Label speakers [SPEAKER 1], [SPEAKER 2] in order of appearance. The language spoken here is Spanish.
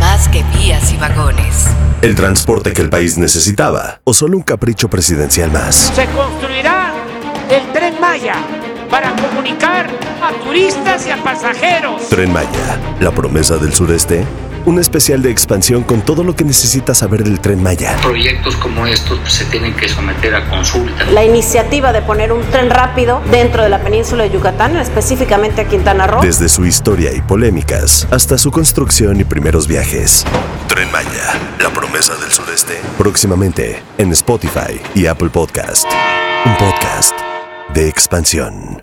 [SPEAKER 1] más que vías y vagones.
[SPEAKER 2] El transporte que el país necesitaba o solo un capricho presidencial más.
[SPEAKER 3] Se construirá el tren Maya para comunicar a turistas y a pasajeros.
[SPEAKER 2] Tren Maya, la promesa del sureste. Un especial de expansión con todo lo que necesitas saber del tren Maya.
[SPEAKER 4] Proyectos como estos pues, se tienen que someter a consulta.
[SPEAKER 5] La iniciativa de poner un tren rápido dentro de la península de Yucatán, específicamente a Quintana Roo.
[SPEAKER 2] Desde su historia y polémicas hasta su construcción y primeros viajes. Tren Maya, la promesa del sureste. Próximamente en Spotify y Apple Podcast. Un podcast de expansión.